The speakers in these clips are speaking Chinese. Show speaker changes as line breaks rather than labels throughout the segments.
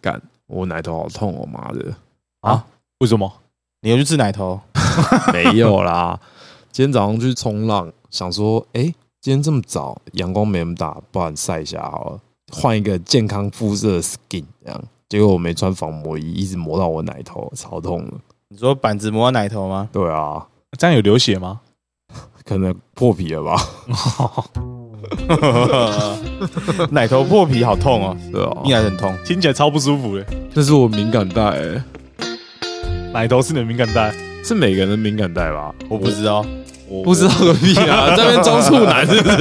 干，我奶头好痛哦，妈的，
为什么？你又去治奶头？
没有啦。今天早上去冲浪，想说，哎、今天这么早，阳光没那么大，不然晒一下好了，换一个健康肤色的 skin 这样。结果我没穿防磨衣，一直磨到我奶头，超痛的。
你说板子磨到奶头吗？
对啊，
这样有流血吗？
可能破皮了吧？
奶头破皮好痛哦，
对啊，
应该很痛。
听起来超不舒服的。欸
那是我敏感带、欸，
奶头是你的敏感带，
是每个人的敏感带吧？
我不知道，
我
不知道个屁啊！这边装处男是不 是？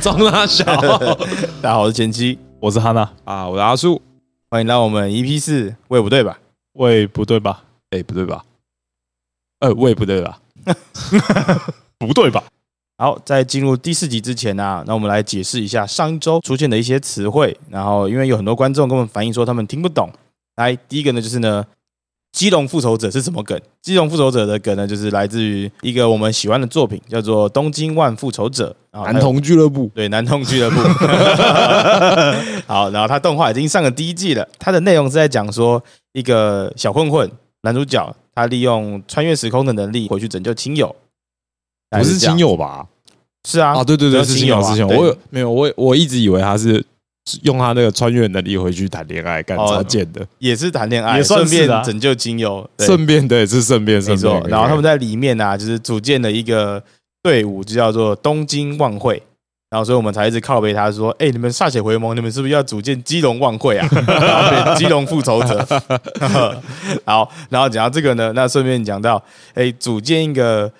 装他小
大家好，我是前妻，
我是哈娜。
啊！我的阿树，
欢迎来我们 EP 四，喂不对吧？
喂，不对吧？
哎、不对吧？呃，我也不对吧？
不对吧？
好，在进入第四集之前啊，那我们来解释一下上一周出现的一些词汇。然后，因为有很多观众跟我们反映说他们听不懂。来，第一个呢就是呢，基隆复仇者是什么梗？基隆复仇者的梗呢，就是来自于一个我们喜欢的作品，叫做《东京万复仇者》。然后它有
男童俱乐部
对男童俱乐部。 好，然后他动画已经上了第一季了，它的内容是在讲说一个小混混男主角，他利用穿越时空的能力回去拯救亲友。
不是
这样
亲，友吧？
是啊，
啊，对对对，
就是
是亲
亲友
友，
啊
是亲
对
友。我有没有？我我一直以为他是用他那个穿越能力回去谈恋爱，干
哦
超贱的。
也是谈恋爱，
也算
顺
是啊
便拯救亲友，对
顺便对，是顺便
没
顺
错
便。。
然后他们在里面啊，就是组建了一个队伍，就叫做东京万会。然后，所以我们才一直靠背他说：“哎、你们歃血回盟，你们是不是要组建基隆万会啊？ 然后变基隆复仇者。” 好，然后讲到这个呢，那顺便讲到，哎、组建一个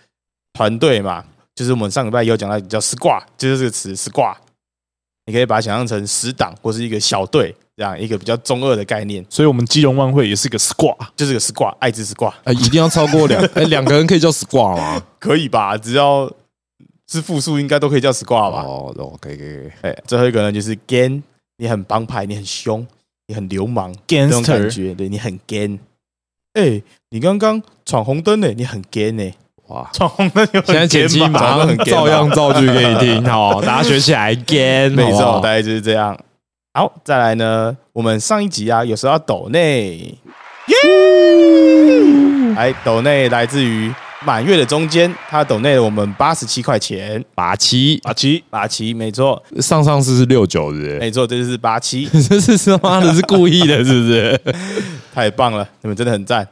团队嘛，就是我们上礼拜有讲到叫 squad，就是这个词 squad，你可以把它想象成死党或是一个小队这样一个比较中二的概念，
所以我们基隆万会也是个 squad，
就是个 squad，爱之 squad。
呃，一定要超 过两，哎，两个人可以叫 squad 吗？
可以吧？只要是复数，应该都可以叫 squad 吧？
哦，哦，可以可以可以。
哎、最后一个呢就是 gan，你很帮派，你很凶，你很流氓这种感觉，对你很 gan。哎、你刚刚闯红灯呢、哎你很 gan 呢、
哇！
闯
哦
红灯有
现在前期
吧啊
马上照样造句给你 听，好，大家学起来 again，
没
好不
错，
好
大概就是这样。好，再来呢，我们上一集啊，有时候要抖内，耶！哎，抖内来自于满月的中间，他抖内了我们八十七块钱，
八七，
阿奇，
八七，没错，
上上次是六九日，
没错，这就是八七。
这是他妈的是故意的，是不是？
太棒了，你们真的很赞。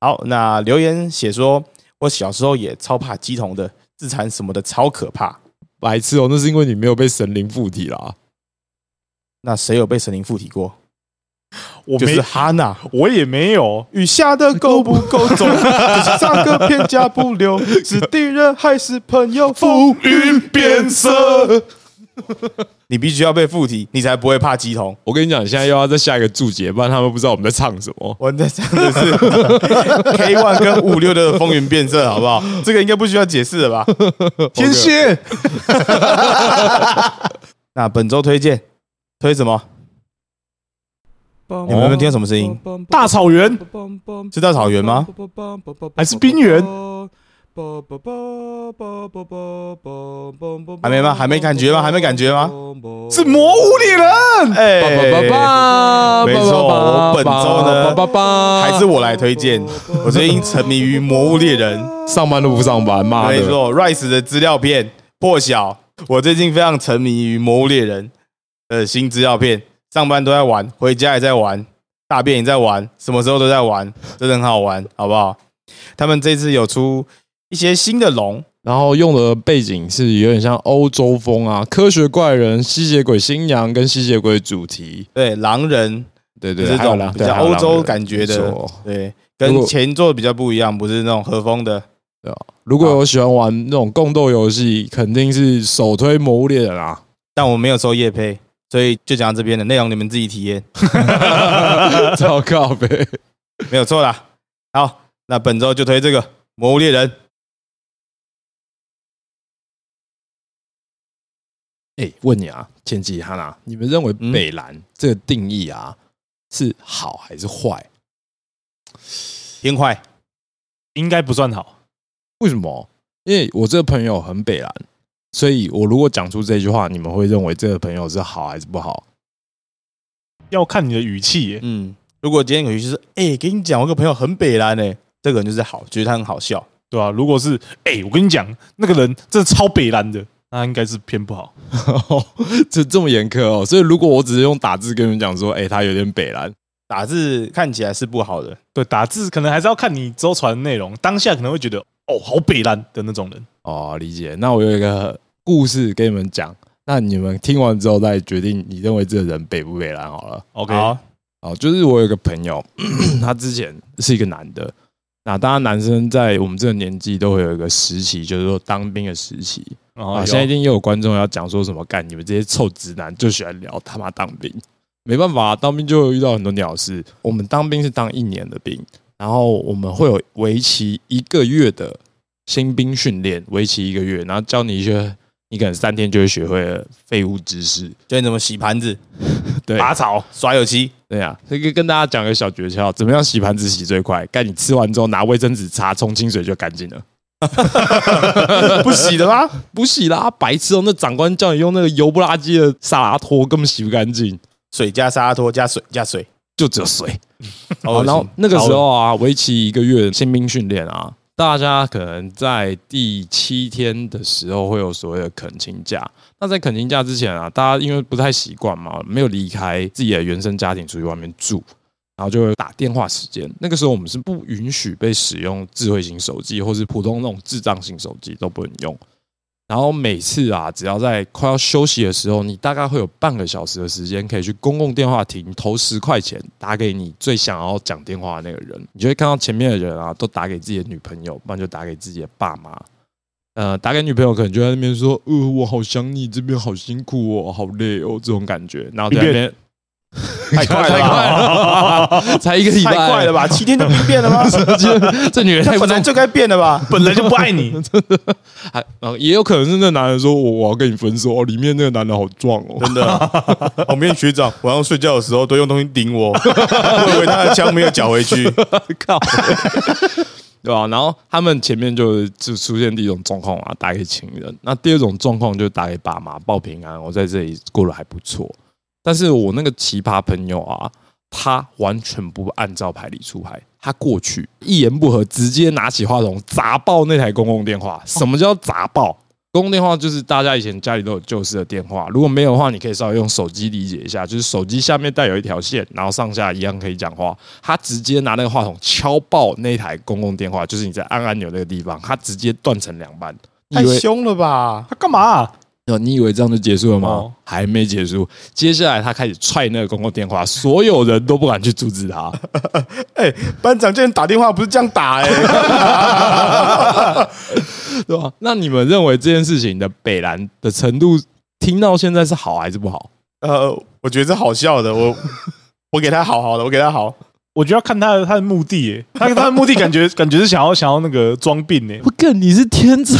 好，那留言写说，我小时候也超怕鸡童的，自残什么的超可怕。
白痴哦，那是因为你没有被神灵附体啦。
那谁有被神灵附体过？
我
就
没
是，哈娜。
我也没有。
雨下的够不够 重？只是上个片甲不留，是敌人还是朋友？
风云变色，
你必须要被附体，你才不会怕鸡童。
我跟你讲，现在又要再下一个注解，不然他们不知道我们在唱什么。
我在讲的 是 K One 跟五六的风云变色，好不好？这个应该不需要解释了吧？ 天蝎。那本周推荐推什么？
哦
你们有没有听到什么声音？
大草原
是大草原吗？
还是冰原？
还没吗？还没感觉吗？还没感觉吗？
是魔物猎人，
哎、
没
没错我本周呢还是我来推荐。我最近沉迷于《魔物猎人》，
上班都不上班，妈
没
的！
错，Rice 的资料片破晓。我最近非常沉迷于《魔物猎人》的新资料片，上班都在玩，回家也在玩，大便也在玩，什么时候都在玩，真的很好玩，好不好？他们这次有出一些新的龙，
然后用的背景是有点像欧洲风啊，科学怪人、吸血鬼新娘跟吸血鬼主题，
对狼人，
对对，
这
还有
种
啦
比
对
较
还有
欧洲
狼人
感觉的
没错
对，
如
跟
果
前作比较不一样，不是那种和风的。
啊如果有喜欢玩那种共斗游戏，肯定是首推《魔物猎人》 啊。
但我们没有收叶配，所以就讲到这边的内容，你们自己体验，
糟糕呗！
没有错啦。好，那本周就推这个《魔物猎人》。
哎、问你啊，前几哈娜，你们认为
嗯
北蓝这个定义啊，是好还是坏？
偏坏，
应该不算好。
为什么？因为我这个朋友很北蓝，所以我如果讲出这句话，你们会认为这个朋友是好还是不好？
要看你的语气耶。
嗯，如果今天有一句是，哎、跟你讲，我有个朋友很北蓝呢、这个人就是好，觉得他很好笑。
对吧、如果是哎、我跟你讲，那个人真的超北蓝的，那应该是偏不好。
就 这么严苛哦。所以如果我只是用打字跟你们讲说，哎、他有点北蓝，
打字看起来是不好的，
对，打字可能还是要看你周传的内容，当下可能会觉得哦，好北蓝的那种人。
哦，理解。那我有一个故事跟你们讲，那你们听完之后再决定你认为这个人北不北蓝好了。
OK，
好，
哦，就是我有一个朋友， 他之前是一个男的。那当然，男生在我们这个年纪都会有一个时期，就是说当兵的时期
然
啊。
后
现在一定又有观众要讲说什么干，你们这些臭直男就喜欢聊他妈当兵，没办法、啊当兵就会遇到很多鸟事。我们当兵是当一年的兵，然后我们会有为期一个月的新兵训练，为期一个月，然后教你一些你可能三天就会学会的废物知识。
教你怎么洗盘 子、
对，
拔草，
刷油漆。
对啊，这个跟大家讲个小诀窍，怎么样洗盘子洗最快？干你吃完之后拿卫生纸擦冲清水就干净了。
不洗的吗？
不洗啦，白痴哦、那长官叫你用那个油不拉几的沙拉拖，根本洗不干净，
水加沙拉拖加水加水。
就只有水。
好
好
恶心
然后那个时候啊，为期一个月的新兵训练啊，大家可能在第七天的时候会有所谓的恳请假。那在恳请假之前啊，大家因为不太习惯嘛，没有离开自己的原生家庭，出去外面住，然后就会打电话时间。那个时候我们是不允许被使用智慧型手机或是普通那种智障型手机都不能用。然后每次啊，只要在快要休息的时候，你大概会有半个小时的时间可以去公共电话亭投十块钱，打给你最想要讲电话的那个人。你就会看到前面的人啊，都打给自己的女朋友，不然就打给自己的爸妈。呃，打给女朋友可能就在那边说：“呃，我好想你，这边好辛苦哦，好累哦，这种感觉。”然后在那边太快
太快
了吧， 才一个礼拜，
太快 了吧？七天就病变了吗？
这！这女人
他
太不
本来
重
就该变了 吧？
本来就不爱你，
还然后也有可能是那男的说我我要跟你分手哦，里面那个男的好壮哦，
真的，旁边学长晚上睡觉的时候都用东西顶我， 我以为他的枪没有缴回去。
靠，对啊吧、然后他们前面就就出现第一种状况啊，打给情人；那第二种状况就是打给爸妈报平安，我在这里过得还不错。但是我那个奇葩朋友啊，他完全不按照牌理出牌，他过去一言不合直接拿起话筒砸爆那台公共电话。什么叫砸爆？公共电话就是大家以前家里都有旧式的电话，如果没有的话，你可以稍微用手机理解一下，就是手机下面带有一条线，然后上下一样可以讲话。他直接拿那个话筒敲爆那台公共电话，就是你在按按钮那个地方，他直接断成两半。你
太
以为
凶了吧？
他干嘛啊、
哦，你以为这样就结束了吗？
哦
还没结束，接下来他开始踹那个公共电 话，所有人都不敢去阻止 他。
哎，班长叫你打电话不是这样打欸哎。
对吧？那你们认为这件事情的北兰的程度，听到现在是好还是不好？
呃，我觉得这好笑的，我我给他好好的，我给他好。
我觉得要看他的他的目的耶，他他的目 的感觉感觉是想要想要那个装病欸呢。
我跟你是天才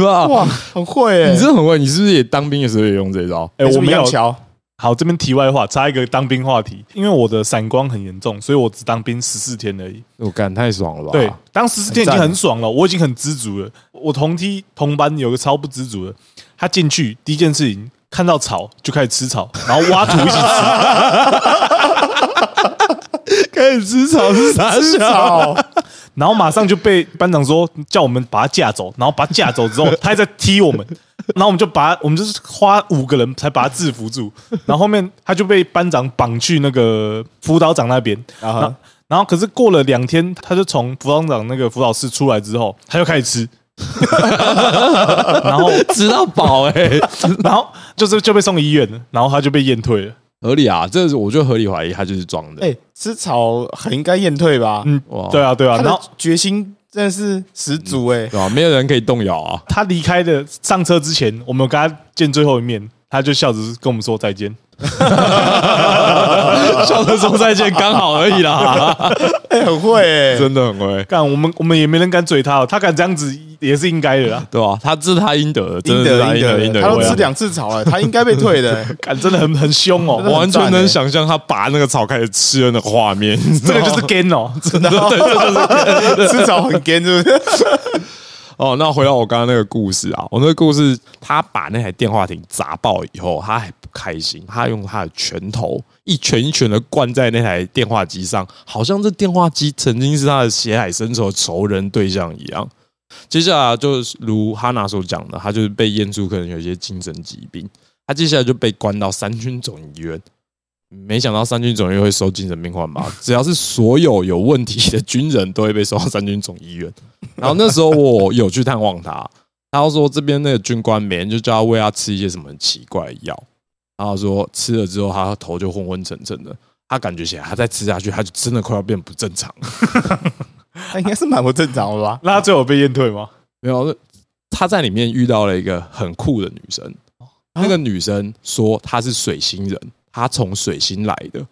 吧？
哇，很会哎、
你真的很会，你是不是也当兵的时候也用这招？
哎、我没有
瞧，
好，这边题外话，插一个当兵话题，因为我的散光很严重，所以我只当兵十四天而已。
我干太爽了吧？
对，当十四天已经
很赞
很爽了，我已经很知足了。我同梯同班有个超不知足的，他进去第一件事情看到草就开始吃草，然后挖土一起吃，
开始吃草是啥
至少
然后马上就被班长说叫我们把他架走，然后把他架走之后，他还在踢我们，然后我们就把他我们就是花五个人才把他制服住，然后后面他就被班长绑去那个辅导长那边，
然
然后然后可是过了两天，他就从辅导长那个辅导室出来之后，他就开始吃， 然后
吃到饱哎、
然后就是就被送医院了，然后他就被验退了。
合理啊，这是我就合理怀疑他就是装的。
哎、吃草很应该验退吧？
嗯
哇，
对啊，对啊。
他
然
的
后
决心真的是十足哎、
对吧、没有人可以动摇啊。
他离开的上车之前，我们有跟他见最后一面，他就笑着跟我们说再见。
嗯
笑着说再见，刚好而已啦，
哎很会哎、
真的很会，
干，我们我们也没人敢嘴他、哦，他敢这样子也是应该的啊啦。。
对吧、啊他这是他应得的，真
应
的
得
是他
应
得，
得
应得，
他都
对啊
吃两次草了，他应该被退 的、欸
干，真的很很凶哦，
我
哇，
完全
很赞
能
欸
想象他拔那个草开始吃的那个画面，
这个就是 gan 哦，真的。
吃草很 gay 是不是？
哦，那回到我刚刚那个故事啊，我那个故事，他把那台电话亭砸爆以后，他还不开心，他用他的拳头，一拳一拳的灌在那台电话机上，好像这电话机曾经是他的血海深仇的仇人对象一样。接下来就是如哈娜所讲的，他就是被验出可能有一些精神疾病，他接下来就被关到三军总医院。没想到三军总医院会收精神病患吧？只要是所有有问题的军人都会被送到三军总医院。 然后那时候我有去探望他，他就说这边那个军官每天就叫他喂他吃一些什么很奇怪的药，然后说吃了之后他头就昏昏沉沉的，他感觉起来他再吃下去他就真的快要变不正常了。
那应该是蛮不正常的吧？
那他最后被验退吗？
没有，他在里面遇到了一个很酷的女生，那个女生说她是水星人，她从水星来的。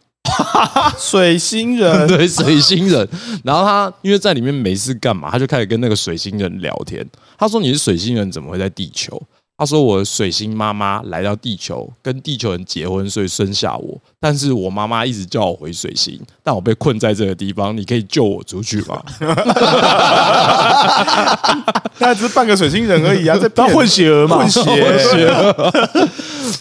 水星 人，
对，水星人。然后他因为在里面没事干嘛，他就开始跟那个水星人聊天。他说：“你是水星人，怎么会在地球？”他说：“我的水星妈妈来到地球，跟地球人结婚，所以生下我。但是我妈妈一直叫我回水星，但我被困在这个地方。你可以救我出去吗？”
那只是半个水星人而已啊，这
他
骗
混血儿嘛，
混血混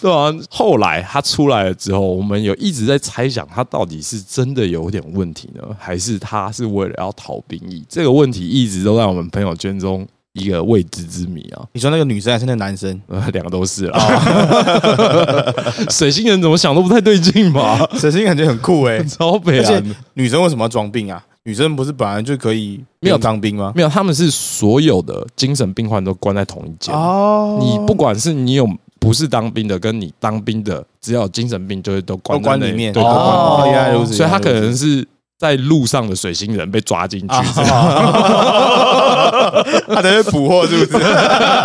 对啊，后来他出来了之后，我们有一直在猜想他到底是真的有点问题呢，还是他是为了要逃兵役？这个问题一直都在我们朋友圈中一个未知之谜啊，
你说那个女生还是那个男生？
呃，两个都是啦。水星人怎么想都不太对劲吧，
水星感觉很酷 哎、
超北
而且
岸的。
女生为什么要装病啊？女生不是本来就可以
没有
不用当兵吗？
没有，他们是所有的精神病患都关在同一间。
哦
你不管是你有不是当兵的，跟你当兵的，只要有精神病就会都关
都关
在那
里面
对，都关里面
哦，原来如此，
所以他可
原来如
能
此
是在路上的水星人被抓进去。
哦啊，他在那边捕获是不是？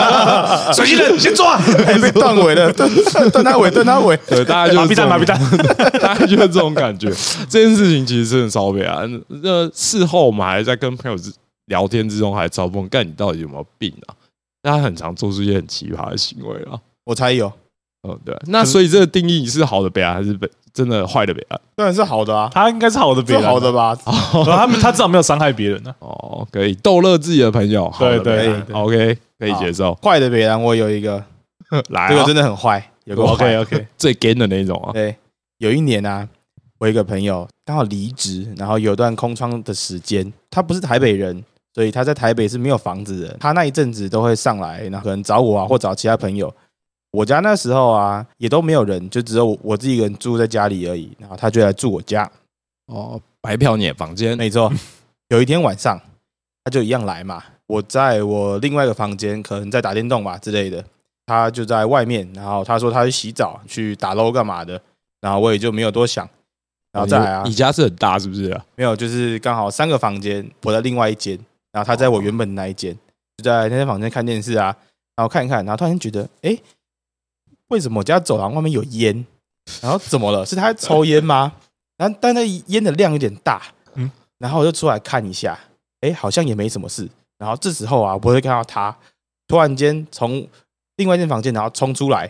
水星人先抓，
还被断尾了，断断他尾，断 他尾。
对，大概就
麻
是这
痹
种
蛋，麻痹，蛋，
大概就是这种感 觉。这件事情其实真的超悲哀。那事后我们还在跟朋友之聊天之中还嘲讽，干你到底有没有病啊？但他很常做出一些很奇葩的行为啊。
我猜有，
嗯，对。那所以这个定义是好的悲哀，还是被真的坏的悲哀？
当然是好的啊，
他应该是好的别
这
人，
好的吧？
然后他们他至少没有伤害别人呢。
哦，可以逗乐自己的朋友，好的哎
对
悲哀
对对
，OK，可以接受。
坏的别人，我有一个，
来啊，
这个真的很坏，有个
，OK
坏。
OK，
最 gay 的那一种啊，
对，有一年啊，我有一个朋友刚好离职，然后有段空窗的时间，他不是台北人，所以他在台北是没有房子的。他那一阵子都会上来，然后可能找我啊，或找其他朋友。我家那时候啊，也都没有人，就只有我我自己一个人住在家里而已。然后他就来住我家，
哦，白嫖你的房 间，
没错，有一天晚上，他就一样来嘛。我在我另外一个房间，可能在打电动吧之类的。他就在外面，然后他说他去洗澡、去打捞干嘛的，然后我也就没有多想。然后再来啊
你你，家是很大是不是 啊？
没有，就是刚好三个房间，我在另外一间，然后他在我原本那一间，就在那间房间看电视啊，然后看一看，然后突然间觉得，哎，为什么我家走廊外面有烟？ 然后怎么了？是他在抽烟吗？然后但那烟的量有点大，嗯
嗯，
然后我就出来看一下，哎，好像也没什么事。然后这时候啊，我会看到他突然间从另外一间房间，然后冲出来。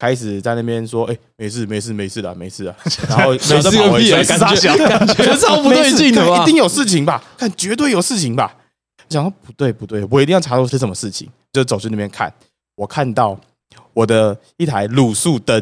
开始在那边说：“哎、没事，没事，没事的，没事的。”啊然后然后就
没事个
跑回
屁
去
啊
感觉 感觉
觉超不对劲的
没事
吧
看一定有事情吧？看，绝对有事情吧？想说不对不对，我一定要查出是什么事情，就走去那边看。我看到我的一台卤素灯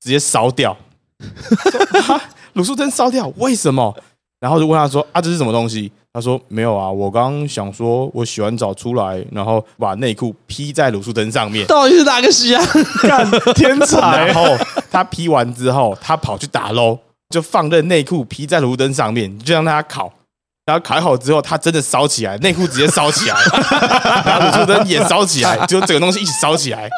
直接烧掉， 说啊卤素灯烧掉，为什么？然后就问他说：“啊，这是什么东西？”他说：“没有啊，我刚刚想说，我洗完澡出来，然后把内裤披在卤素灯上面。”
到底是哪个西啊？
干天
然
才，
后他披完之后，他跑去打捞，就放任内裤披在炉灯上面，就让它烤。然后烤好之后，它真的烧起来，内裤直接烧起 来，然后炉灯也烧起来，就整个东西一起烧起来。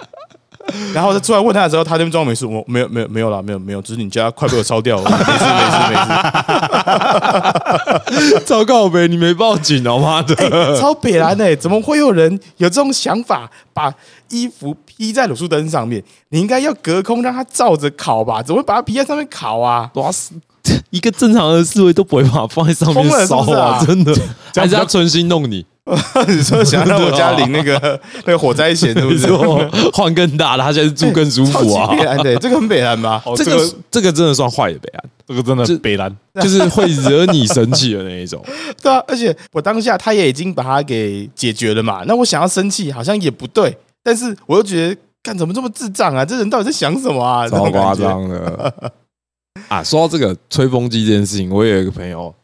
然后他出来问他的时候，他那边装没事，我没有没有没有啦，没有没有，只是你家快被我烧掉了，没事没事没事。
糟糕呗，你没报警哦，妈的！
欸超北蓝的、怎么会有人有这种想法，把衣服披在卤素灯上面？你应该要隔空让它照着烤吧？怎么会把它披在上面烤啊？
哇塞，一个正常的思维都不会把它放在上面
疯了是
烧
不是啊
啊，真的，
这
还
样比
是
较
他存心弄 你？
你说想让我家领那个那个火灾险是不
你
是？
说换更大的，他现在住更舒
超
服
级
啊
北。蓝的，这个很北蓝吧？
哦
这个这个真的算坏的北岸，
这个真的
这
北蓝，
就是会惹你生气的那一 种。
对啊，而且我当下他也已经把它给解决了嘛，那我想要生气好像也不对，但是我又觉得。干怎么这么智障啊！这人到底在想什么啊？这
超
种感
夸
觉，
张的。啊，说到这个吹风机这件事情，我有一个朋友，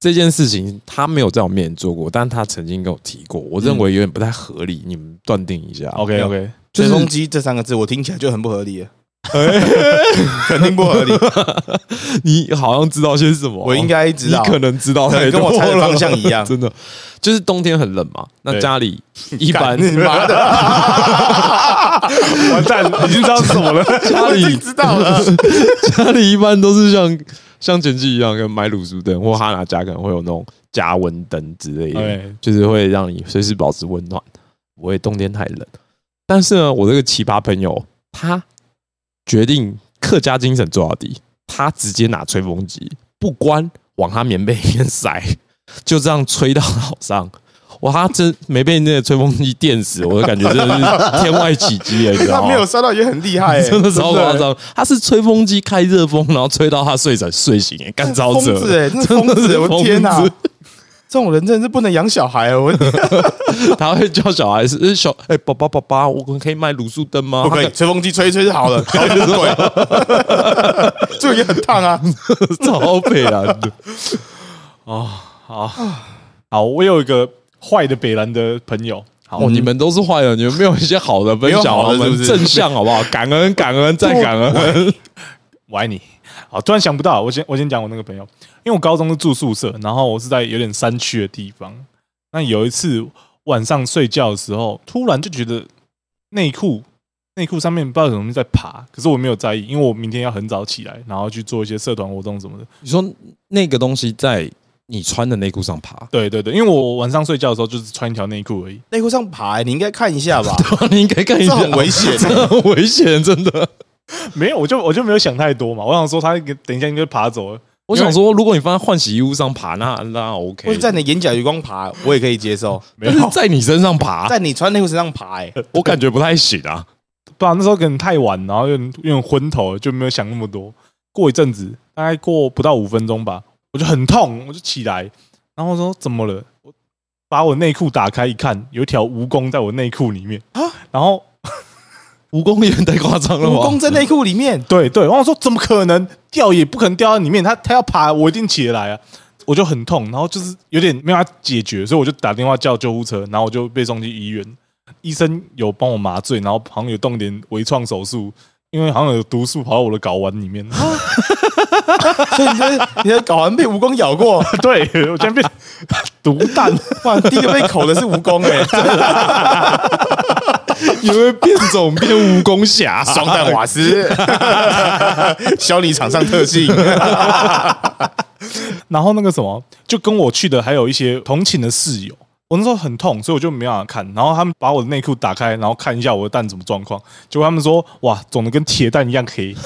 这件事情他没有在我面前做过，但他曾经跟我提过，我认为
嗯
有点不太合理，你们断定一下。
OK OK，
就
吹
是
风机这三个字，我听起来就很不合理了，肯定不合理。
你好像知道些什么？
我应该知道，
你可能知道
可
太
能
多
跟
了，
我猜的方向一样
真的，就是冬天很冷嘛，那
对
家里一般
干你妈的，
完蛋，已经知道是什么了。
家
我已
里
经知道了。
家里一般都是像像前期一样，跟买卤素灯或哈娜家可能会有那种加温灯之类
哎
的，
OK，
就是会让你随时保持温暖，不会冬天太冷。但是呢，我这个奇葩朋友他决定客家精神做到底，他直接拿吹风机不关，往他棉被里面塞，就这样吹到脑上。哇，他真 没被那个吹风机电死，我的感觉真的是天外奇迹了，你知道
他
吗？
没有烧到也很厉害、欸，
真的超
真
夸张。他是吹风机开热风，然后吹到他睡着睡醒，哎，干超
疯
扯，
子哎、欸，真的
真
疯
的
子、
是
我
疯
天哪、
子
这种人真的是不能养小孩、哦，我
他会叫小孩是呃小哎，宝宝宝宝，我们可以卖卤素灯吗？
不可以，吹风机吹一吹就好 了，好就是鬼， 这个也很烫啊。
他可， 超啊北蓝 的。
好好，我有一个坏的北兰的朋友，好，
哦，你们都是坏人，你们没有一些好的分
没有
享，
好
我
的是
们
不是
正向好不好？感恩，感恩，再感 恩。
我爱你。 好，突然想不到，我先我先讲我那个朋友，因为我高中是住宿舍，然后我是在有点山区的地方。那有一次晚上睡觉的时候，突然就觉得内裤内裤上面不知道有什么东西在爬，可是我没有在意，因为我明天要很早起来，然后去做一些社团活动什么的。，
你说那个东西在你穿的内裤上爬
对对对，因为我晚上睡觉的时候就是穿一条内裤而已。
内裤上爬、欸，你应该看一下吧，
你应该看一
这
下，
很危险、欸。
这很危险，真的。
没有，我就我就没有想太多嘛。我想说他等一下应该爬走了，
我想说，如果你放在换洗衣物上爬，那那 OK。
或者在你的眼角余光爬，我也可以接受。
没
但
有。
是在你身上爬，
在你穿内裤身上爬、 欸，
我感觉不太行啊。
不然那时候可能太晚，然后有点有点昏头了，就没有想那么多。过一阵子，大概过不到五分钟吧，我就很痛，我就起来，然后我说怎么了？我把我内裤打开一看，有一条蜈蚣在我内裤里面啊！然后
蜈蚣有点太夸张了
蜈蚣
吧？
在内裤里 面，
对对，然后我说怎么可能掉也不可能掉到里面，他他要爬，我一定起得来啊！我就很痛，然后就是有点没办法解决，所以我就打电话叫救护车，然后我就被送去医院。医生有帮我麻醉，然后好像有动点微创手术，因为好像有毒素跑到我的睾丸里面。
所以你的你的睾丸被蜈蚣咬过，
对我竟然变 毒蛋，
哇，第一个被口的是蜈蚣、 欸，哎，
你会变种变蜈蚣侠？
双蛋瓦 斯，消你场上特 性。
然后那个什么，就跟我去的还有一些同寝的室友。我那时候很痛，所以我就没办法看。然后他们把我的内裤打开，然后看一下我的蛋什么状况。结果他们说：“哇，肿的跟铁蛋一样黑。”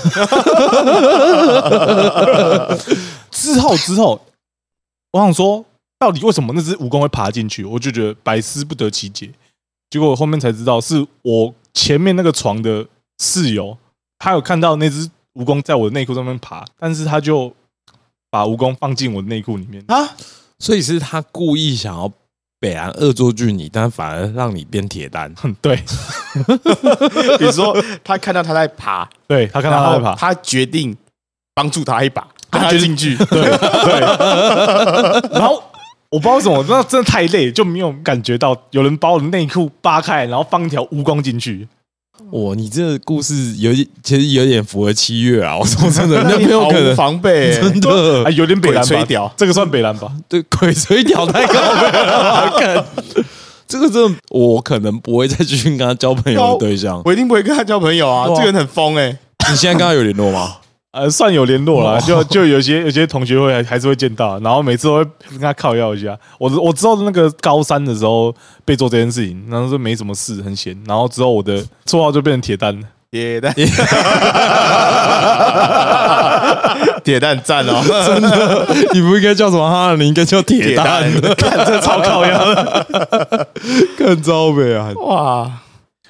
之后之后，我想说，到底为什么那只蜈蚣会爬进去？我就觉得百思不得其解。结果我后面才知道，是我前面那个床的室友，他有看到那只蜈蚣在我的内裤上面爬，但是他就把蜈蚣放进我的内裤里面。
所以是他故意想要北兰恶作剧你，但反而让你变铁蛋。
哼，对
比如说，他看到他在爬，
对，他看
然
到他
后
在爬，
他啊决定帮助他一把，跟他进去。
对对。然后我不知道为什么，那真的太累，就没有感觉到有人把我的内裤扒开，然后放一条蜈蚣进去。
哇，你这个故事有点，其实有点符合七月啊！我 说真的，那没有
毫
可
无
能，
防备、欸，
真的
啊，有点北蓝
鬼吹
吧
屌？
这个算北蓝吧？
对鬼吹屌太高了，看 这个真的，我可能不会再继续跟他交朋友的对象。
我一定不会跟他交朋友啊！
对啊
这个人很疯哎、
你现在跟他有联络吗？
呃，算有联络了，就就有些有些同学会还还是会见到，然后每次都会跟他靠要一下。我我知道那个高三的时候被做这件事情，然后说没什么事，很闲，然后之后我的绰号就变成铁蛋了。
铁蛋， 铁蛋赞哦！
真的， 你不应该叫什么哈，你应该叫 铁蛋，
铁
看这超高 呀，看招呗啊！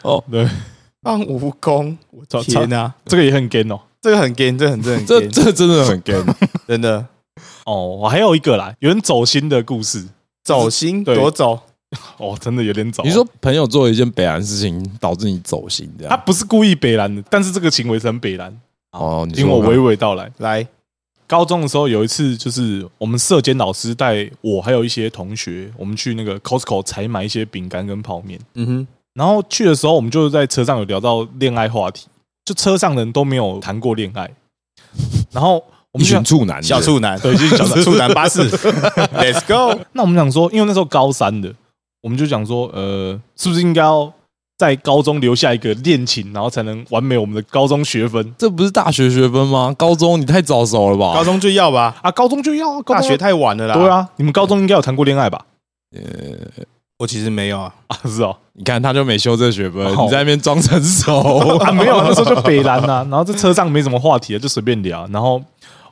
哇，
对，
放蜈蚣，我
操
天哪、
这个也很 gay 哦。
这个很 gay，这个很 正，
这这真的很 gay，
真的
哦，我还有一个啦，有人走心的故事。
走心
对
夺走，
哦，真的有点走。
你说朋友做了一件北兰事情，导致你走心这
他
样？
不是故意北蓝的，但是这个行为是很北蓝。
哦，你说
听我娓娓道来。
来，
高中的时候有一次，就是我们社监老师带我还有一些同学，我们去那个 Costco 采买一些饼干跟泡面。
嗯哼，
然后去的时候，我们就在车上有聊到恋爱话题，就车上人都没有谈过恋爱。然后我
一
们就
群
想，
处男，
小处男，
对就是小处男
处男巴士 ，Let's go。
那我们想说，因为那时候高三的，我们就想说，呃，是不是应该要在高中留下一个恋情，然后才能完美我们的高中学分
这不是大学学分吗？高中你太早熟了吧？
高中就要吧，
啊？高中就要啊，高
大
中
学太晚了啦。
对，啊，你们高中应该有谈过恋爱吧？
我其实没有啊，
啊，是哦，
你看他就没修这学分，
哦
你在那边装成熟。
啊，没有，那时候就北兰呐、啊然后在车上没什么话题啊，就随便聊，然后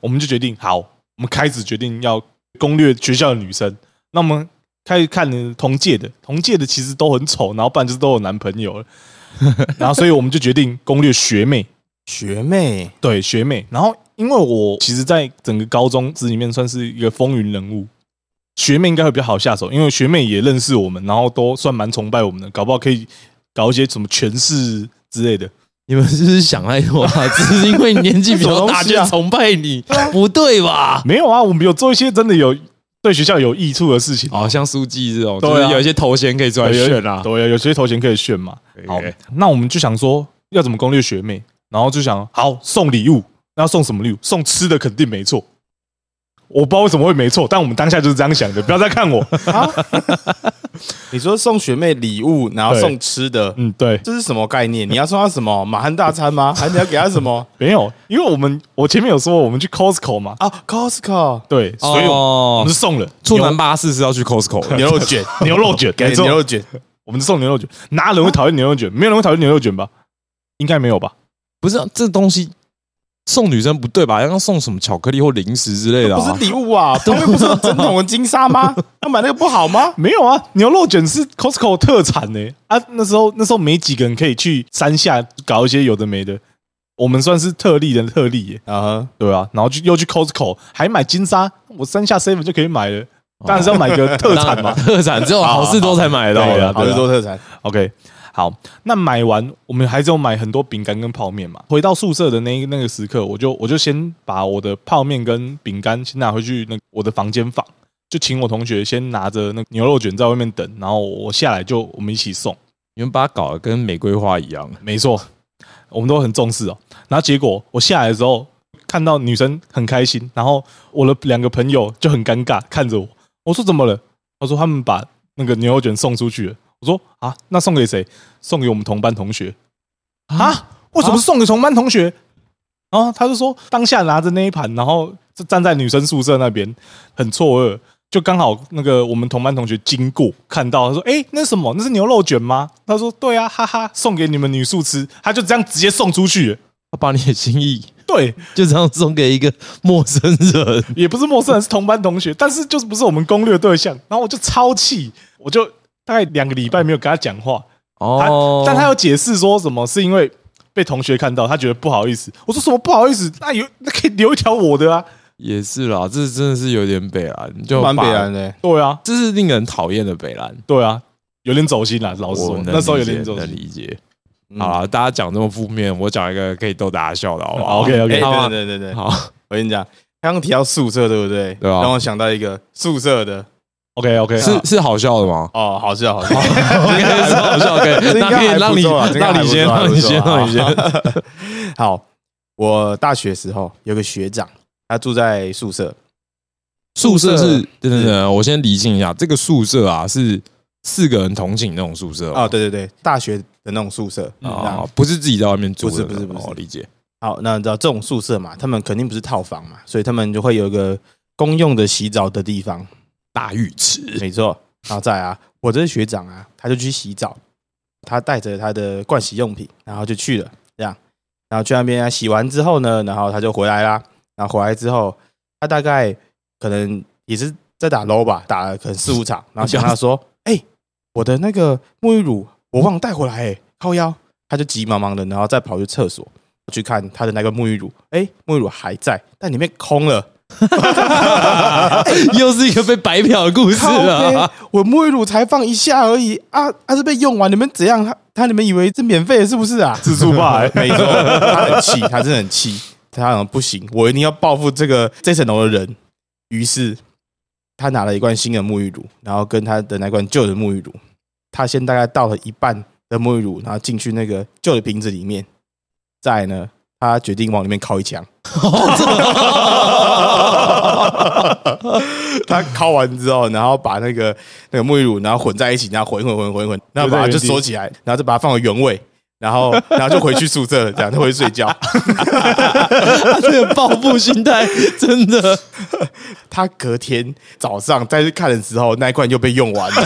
我们就决定，好，我们开始决定要攻略学校的女生，那我们开始看同届的，同届的其实都很丑，然后不然就是都有男朋友了，然后所以我们就决定攻略学妹，
学妹
对学妹，然后因为我其实，在整个高中子里面算是一个风云人物。学妹应该会比较好下手，因为学妹也认识我们，然后都算蛮崇拜我们的，搞不好可以搞一些什么权势之类的。
你们是不是想太多 了？只是因为你年纪比较大
什么东西
就
啊
崇拜你， 不对吧？
没有啊，我们有做一些真的有对学校有益处的事情，
哦，像书记这种，
对啊
就是有一些头衔可以出来
有
炫啊。
对啊，有些头衔可以炫嘛。好
OK，
那我们就想说要怎么攻略学妹，然后就想好送礼物，那要送什么礼物？送吃的肯定没错。我不知道为什么会没错，但我们当下就是这样想的，不要再看我。
啊， 你说送学妹礼物，然后
对
送吃的，
嗯，对，
这是什么概念？你要送她什么马汉大餐吗？还是你要给她什么
没有，因为我们我前面有说我们去 Costco 嘛，
啊？Costco
对，所以我我
哦
们，是送了
处
牛
男巴士是要去 Costco 的。
牛肉卷，
牛肉卷，
哦给
没错
牛肉卷，
我们是送牛肉卷，哪有人会讨厌牛肉卷？没有人会讨厌牛肉卷吧？应该没有吧？
不是啊这东西送女生不对吧？要送什么巧克力或零食之类的
不
啊
是？礼物啊，旁边不是有整桶的金沙吗？要买那个不好 吗？
没有啊，牛肉卷是 Costco 特产呢、啊，那时候那时候没几个人可以去山下搞一些有的没的，我们算是特例的特例耶、
啊，
对啊，然后就又去 Costco 还买金沙，我山下 seven 就可以买了，当然是要买个 特产嘛。
特产只有 好事多才买得到
对啊
的。
好事多特产，
OK，好，那买完我们还是有买很多饼干跟泡面嘛。回到宿舍的那一那个时刻，我就我就先把我的泡面跟饼干先拿回去那个我的房间放，就请我同学先拿着那个牛肉卷在外面等，然后我下来就我们一起送。
你们把它搞得跟玫瑰花一样，
没错，我们都很重视哦。然后结果我下来的时候，看到女生很开心，然后我的两个朋友就很尴尬看着我。我说怎么了？他说他们把那个牛肉卷送出去了。我说啊，那送给谁？送给我们同班同学啊？为什么送给同班同学？然后他就说当下拿着那一盘，然后就站在女生宿舍那边，很错愕。就刚好那个我们同班同学经过看到，他说：“哎、那是什么？那是牛肉卷吗？”他说：“对啊，哈哈，送给你们女宿吃。”他就这样直接送出去了。
他把你的心意
对，
就这样送给一个陌生人。
也不是陌生人，是同班同学，但是就是不是我们攻略对象。然后我就超气，我就大概两个礼拜没有跟他讲话。他、
哦，
但他要解释说什么是因为被同学看到，他觉得不好意思。我说什么不好意思？那有那可以留一条我的啊。
也是啦，这真的是有点北蓝，你就
蛮
把
北然，的。
对啊，
这是令人讨厌的北蓝。
对啊，有点走心啦，老实说
我，能
那时候有
理解
点走
能
心。
理解。
嗯
好啊啦，大家讲这么负面，我讲一个可以逗大家笑的，好不好
OK
哎，
OK，
好啊
对对对对，
好，
我跟你讲，刚刚提到宿舍，对不对？
对啊
让我想到一个宿舍的
OK OK，
是是好笑的 吗？
哦，好笑好笑，
应该是好笑，可以，
这
那
应
可以
该还
让
不
你
错啊这应该
让
还
你
不错
先，
还
让
不
你
错
先，
啊
让你 先。
好，我大学时候有个学长，他住在宿舍，
宿舍
宿
是
舍
等等等，我先厘清一下，这个宿舍啊是四个人同寝那种宿舍
哦，
哦
对对对，大学的那种宿舍。
嗯
啊
哦，不是自己在外面住的，
不是不是不是
哦理解。
好，那你知道这种宿舍嘛，他们肯定不是套房嘛，所以他们就会有一个公用的洗澡的地方。
大浴池
没错，然后再来啊，我这个学长啊，他就去洗澡，他带着他的盥洗用品，然后就去了，这样，然后去那边、啊、洗完之后呢，然后他就回来啦，然后回来之后，他大概可能也是在打 low 吧，打了可能四五场，然后想他说， 哎、我的那个沐浴乳我忘了带回来、欸，靠腰，他就急忙忙的，然后再跑去厕所去看他的那个沐浴乳，哎、沐浴乳还在，但里面空了，
又是一个被白嫖的故事
靠
啊
背！，我沐浴乳才放一下而已啊，它是被用完，你们怎样？他他你们以为是免费的，是不是啊？，
自助吧、欸
没错，他很气，他真的很气，他想不行，我一定要报复这个这层楼的人。于是他拿了一罐新的沐浴乳，然后跟他的那罐旧的沐浴乳，他先大概倒了一半的沐浴乳，然后进去那个旧的瓶子里面，再来呢，他决定往里面敲一枪。哦 他敲完之后，然后把那个那个沐浴乳，然后混在一起，然后混一混混一混一混，然后把它就收起来，然后就把它放回原位，然后然后就回去宿舍了，这样就回去睡觉。
他这个报复心态 真的，
他隔天早上再去看的时候，那一罐又被用完 了，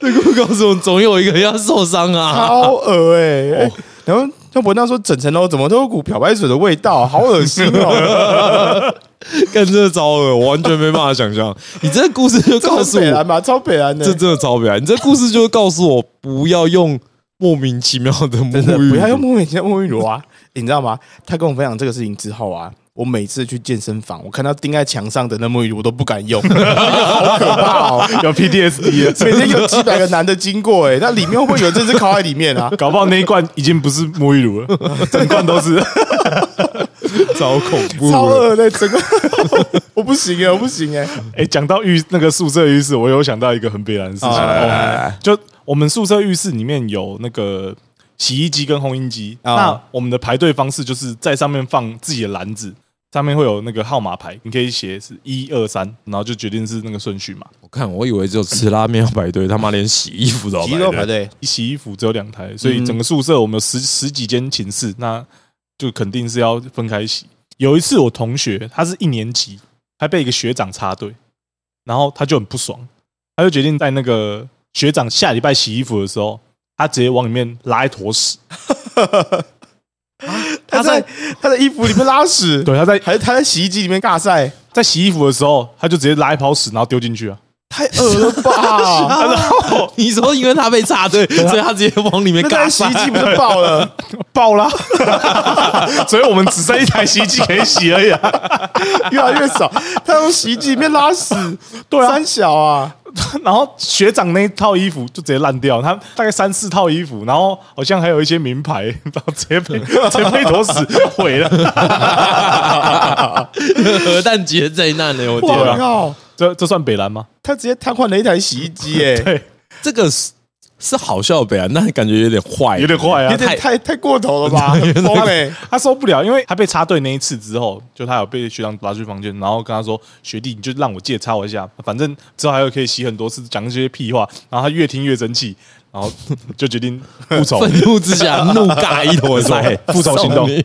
如果告诉我，总有一个人要受伤啊！
超恶哎、欸！然后像文道说，整层楼怎么都有股漂白水的味道，好恶心 哦！
干这个超恶，我完全没办法想象。你这个故事就告
超
诉
北
我
蓝，吧，超北蓝的，欸
这真的超表你这故事就告诉我，不要用莫名其妙的
真的
沐浴乳，
不要用沐浴乳，沐浴乳啊！你知道吗？他跟我分享这个事情之后啊，我每次去健身房，我看到钉在墙上的那沐浴乳，我都不敢用， 好可怕哦！
有 PTSD 了。
每天有几百个男的经过、欸，哎，那里面会不会有这只烤在里面 啊？
搞不好那一罐已经不是沐浴乳了，整罐都是。
超恐怖
超恶的，整个 我不行哎、我不行哎、
哎、讲到浴那个宿舍浴室，我有想到一个很悲然的事情，
哦来来来
哦就我们宿舍浴室里面有那个洗衣机跟烘衣机，
哦
那我们的排队方式就是在上面放自己的篮子。上面会有那个号码牌，你可以写是一二三，然后就决定是那个顺序嘛。
我看我以为只有吃拉面要排队，他妈连洗衣服都要
肌肉
排
排
队。
队，
洗衣服只有两台，所以整个宿舍我们有十十几间寝室，那就肯定是要分开洗。有一次我同学他是一年级，还被一个学长插队，然后他就很不爽，他就决定在那个学长下礼拜洗衣服的时候，他直接往里面拉一坨屎。
他在他的衣服里面拉屎，
对，他在
还是他在洗衣机里面尬塞，
在洗衣服的时候，他就直接拉一泡屎，然后丢进去啊。
太 恶了吧！
你说因为他被插队，所以他直接往里面
那
干
台洗衣机不就 爆 了？
爆啦！所以我们只剩一台洗衣机可以洗而已啊。
越来越少，他用洗衣机里面拉屎，
对啊
三小啊，
然后学长那套衣服就直接烂掉，他大概三四套衣服，然后好像还有一些名牌，然后直接被 直接被一坨屎毁 了。
核弹级的灾难呢、我天、
我
啊！
靠！
这 这算北蓝吗？
他直接瘫痪了一台洗衣机，
啊
哎，
对，
这个是是好笑呗啊，那感觉有点坏，
有 点坏
有
啊。
点太太过头了吧？很疯哎！
他受不了，因为他被插队那一次之后，就他有被学长拉去房间，然后跟他说：“学弟，你就让我借插我一下，反正之后还有可以洗很多次，讲一些屁话。”然后他越听越生气，然后就决定复 仇。
愤怒之下怒尬一坨 塞，
复仇行动
送你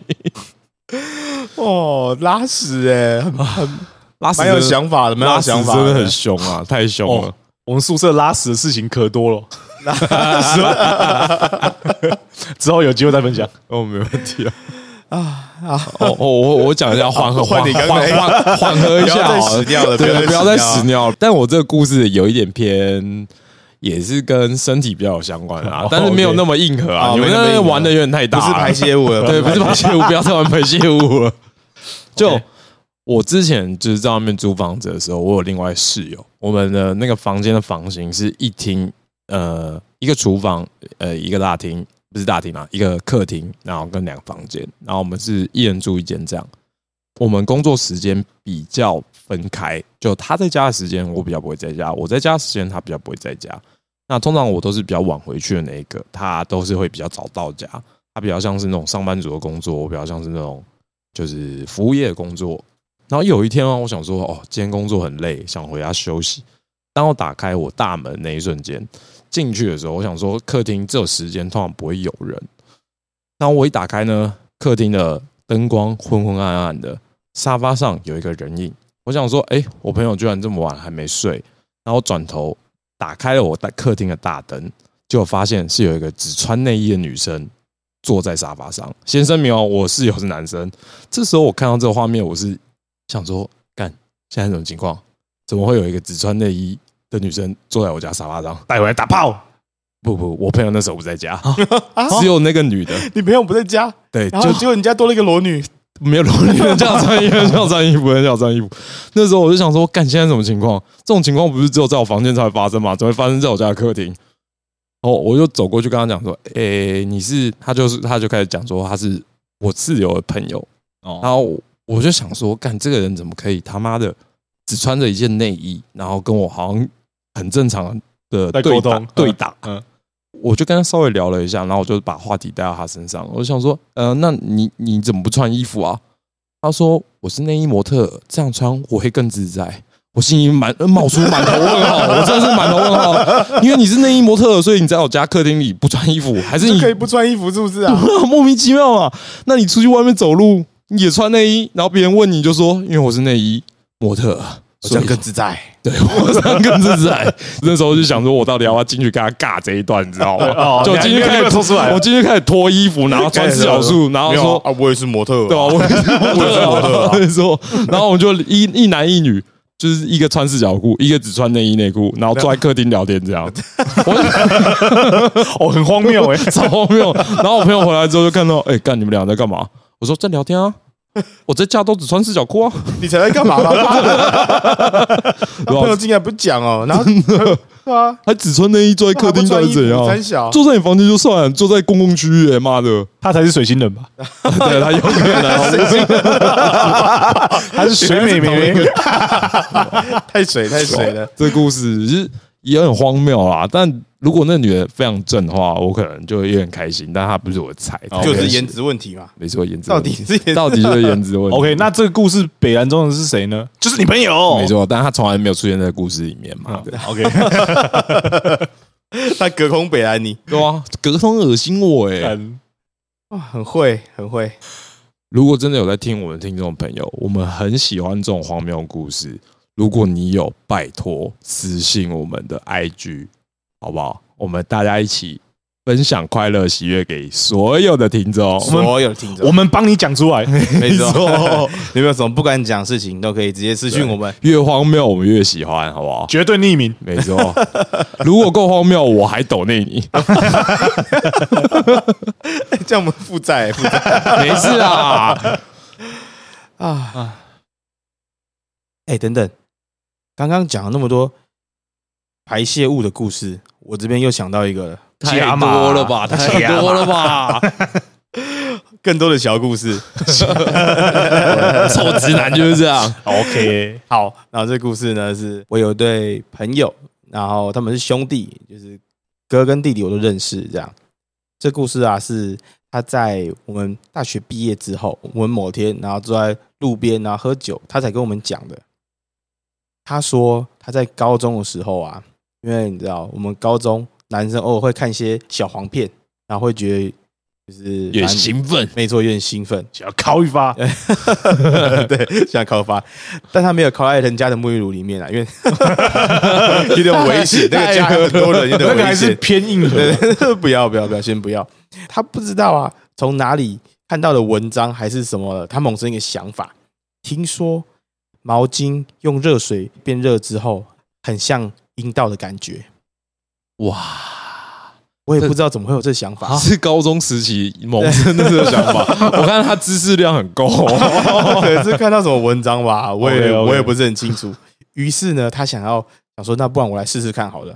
哦，拉屎哎，很
拉屎
蛮
真的
有想法的，蛮有
拉屎
想法
真的
的
很。凶啊，太凶了
哦。，我们宿舍拉屎的事情可多 了，是吧之后有机会再分享。
哦，没问题啊。啊 哦哦，我我讲一下缓和，
换你刚
缓
才
缓缓和一下
不要再
好了，
屎尿了不要再
对，
屎
不要再
尿了
屎尿了。但我这个故事有一点偏，也是跟身体比较有相关啊
哦，
但是没有那么硬核啊。
哦
你们
没那么
那
硬核
玩的有点太大啊
不
了，
是排泄物了，
对，不是排 泄物，不要再玩排泄物 了。就
OK
我之前就是在外面租房子的时候，我有另外室友，我们的那个房间的房型是一厅，呃，一个厨房，呃，一个大厅，不是大厅啊，一个客厅，然后跟两个房间，然后我们是一人住一间这样。我们工作时间比较分开，就他在家的时间我比较不会在家，我在家的时间他比较不会在家。那通常我都是比较晚回去的那一个，他都是会比较早到家。他比较像是那种上班族的工作，我比较像是那种就是服务业的工作。然后有一天啊，我想说，哦，今天工作很累，想回家休息。当我打开我大门那一瞬间，进去的时候，我想说，客厅这时间通常不会有人。当我一打开呢，客厅的灯光昏昏暗暗的，沙发上有一个人影。我想说，哎、我朋友居然这么晚还没睡。然后我转头打开了我大客厅的大灯，结果发现是有一个只穿内衣的女生坐在沙发上。先声明哦，我室友是男生。这时候我看到这个画面，我是想说，干，现在什么情况？怎么会有一个只穿内衣的女生坐在我家沙发上？
带回来打炮。
不不，我朋友那 啊时候不在家，只有那个女的。
你朋友不在家，
对，
然
就
后结果人家多了一个裸女，
没有萝莉能这样穿衣服，这样穿衣服，这样穿衣服。那时候我就想说，干，现在什么情况？这种情况不是只有在我房间才会发生 吗？怎么会发生在我家的客厅？哦，我就走过去跟他讲说，诶、你是他就是他就开始讲说他是我室友的朋友，然
哦，
后我我就想说，干这个人怎么可以他妈的只穿着一件内衣，然后跟我好像很正常的
在
对
沟
打
通
对打，
嗯
我就跟他稍微聊了一下，然后我就把话题带到他身上，我就想说，呃，那你你怎么不穿衣服啊？他说我是内衣模特儿，这样穿我会更自在。我心里满呃冒出满头问号，我真的是满头问号，因为你是内衣模特儿，所以你在我家客厅里不穿衣服，还是
就
你
可以不穿衣服是不是啊？
莫名其妙嘛。那你出去外面走路也穿内衣，然后别人问你就说，因为我是内衣模特，
我这
所以
样更自在。
对我这样更自在。 那时候就想说，我到底要不要进去跟他尬这一段，你知道吗
哦？
就进去
你还没
开
有
始
说出来
我进去开始脱衣服，然后穿四角束，然后
没有
说
啊，啊我也是模特儿啊，
对吧？我也是模特
我
啊，没错。然后我们就一一男一女。就是一个穿四角裤，一个只穿内衣内裤，然后坐在客厅聊天这样。
哦，很荒谬 哎，
超荒谬。然后我朋友回来之后就看到，哎、干你们俩在干嘛？我说在聊天啊。我在家都只穿四角裤啊，
你才在干嘛吧？ 妈的
对
朋
吧？
友竟然不讲哦，然后 对啊，
还只穿内衣坐在客厅，
他
到
不穿
底
衣服
怎样？
三小
坐在你房间就算了，坐在公共区域、哎妈的，
他才是水星人吧？
对他有可能
他是 水美眉
原来是同一个太水太水了。
这故事是也很荒谬啦。但如果那女的非常正的话，我可能就有点开心。但她不是我的菜，她
哦就是
可能
颜，值问题嘛，
没错，颜值
到
问
底
题，
是颜
到底就是颜值问 题。
OK，那这个故事北兰中的是谁呢？就是你朋
哦
友，
没错，但她从来没有出现在故事里面嘛。对
，OK，
他隔空北兰你
对啊，隔空恶心我哎、
嗯
哇，很会很会，
如果真的有在听我们听众朋友，我们很喜欢这种荒谬故事。如果你有，拜托私信我们的 IG，好不好？我们大家一起分享快乐喜悦给所有的听众。
们
所有的听
我
众，
们帮你讲出来，
没 错，你们有什么不敢讲的事情都可以直接私信我们。
越荒谬，我们越喜欢，好不好？
绝对匿名。
没错，如果够荒谬，我还抖内 你，
这样我们负债负债
没事啊。
啊！ 哎，等等，刚刚讲了那么多排泄物的故事，我这边又想到一个了
太
加码
多了吧，太
加码
多了 吧，
更多的小故事。
臭直男就是这 样。
OK，
好，然后这故事呢是，我有一对朋友，然后他们是兄弟，就是哥跟弟弟我都认识。这样，这故事啊是他在我们大学毕业之后，我们某天然后坐在路边然后喝酒，他才跟我们讲的。他说他在高中的时候啊，因为你知道我们高中男生偶尔会看一些小黄片，然后会觉得就是
越
蛮
兴奋，
没错，有点兴奋。
想要靠 一发，
对，想靠发，但他没有靠在人家的沐浴乳里面啊，因 为有点危险，那个家有很多人，有点
那个还
危
是
险。
偏硬
对
核。，
不要不要不要，先不要。他不知道啊，从哪里看到的文章还是什么，他萌生一个想法，听说毛巾用热水变热之后，很像阴道的感觉。
哇！
我也不知道怎么会有这想
啊
法，
是高中时期萌生的这个想 法。我看他知识量很够，
可能是看到什么文章吧，我也
OK，OK
我也不是很清楚。于是呢，他想要想说，那不然我来试试看好了。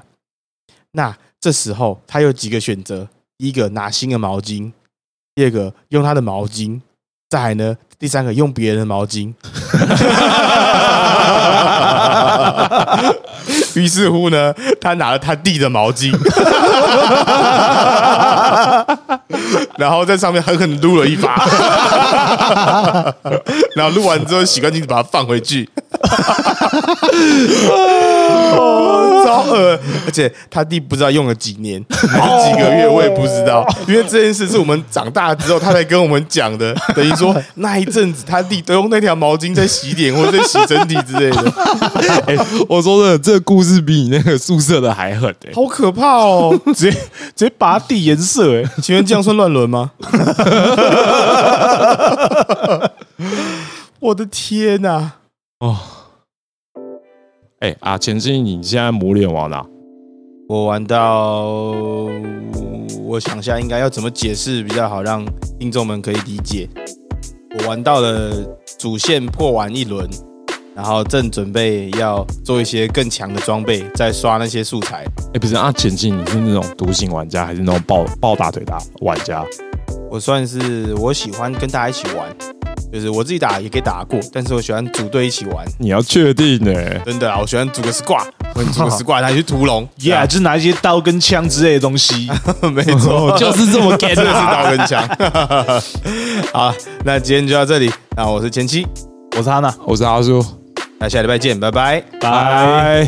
那这时候他有几个选择：第一个拿新的毛巾，第二个用他的毛巾，再来呢，第三个用别人的毛巾。于是乎呢，他拿了他弟的毛巾，然后在上面狠狠撸了一把，然后撸完之后洗干净，把它放回去。哦，超恶！而且他弟不知道用了几年，还是几个月，我也不知道，因为这件事是我们长大之后他才跟我们讲的，等于 说那一阵子他弟都用那条毛巾在洗脸或者在洗身体之类的。
哎 我说真的，这个故事比你那个宿舍的还狠、欸。
好可怕哦！
直接直接拔地颜色，哎，
请问这样算乱伦吗？ 我的天啊哪、
哦，哎、啊，前进，你现在磨练完啊了、
我玩到，我想一下应该要怎么解释比较好，让听众们可以理解。我我玩到了主线破完一轮，然后正准备要做一些更强的装备，再刷那些素材。
哎、不是啊，前期你是那种独行玩家，还是那种抱抱大腿打玩家？
我算是我喜欢跟大家一起玩，就是我自己打也可以打过，但是我喜欢组队一起玩。
你要确定欸呢、
真的啊，我喜欢组个 squad，我组个 squad，然后去屠龙。
，Yeah，就是 拿一些刀跟枪之类的东 西。
Yeah，没错，
就是这么 get
真的是刀跟枪。 好了，那今天就到这里。那我是前妻，
我是哈娜，
我是阿叔，
那下礼拜见，拜拜。
拜。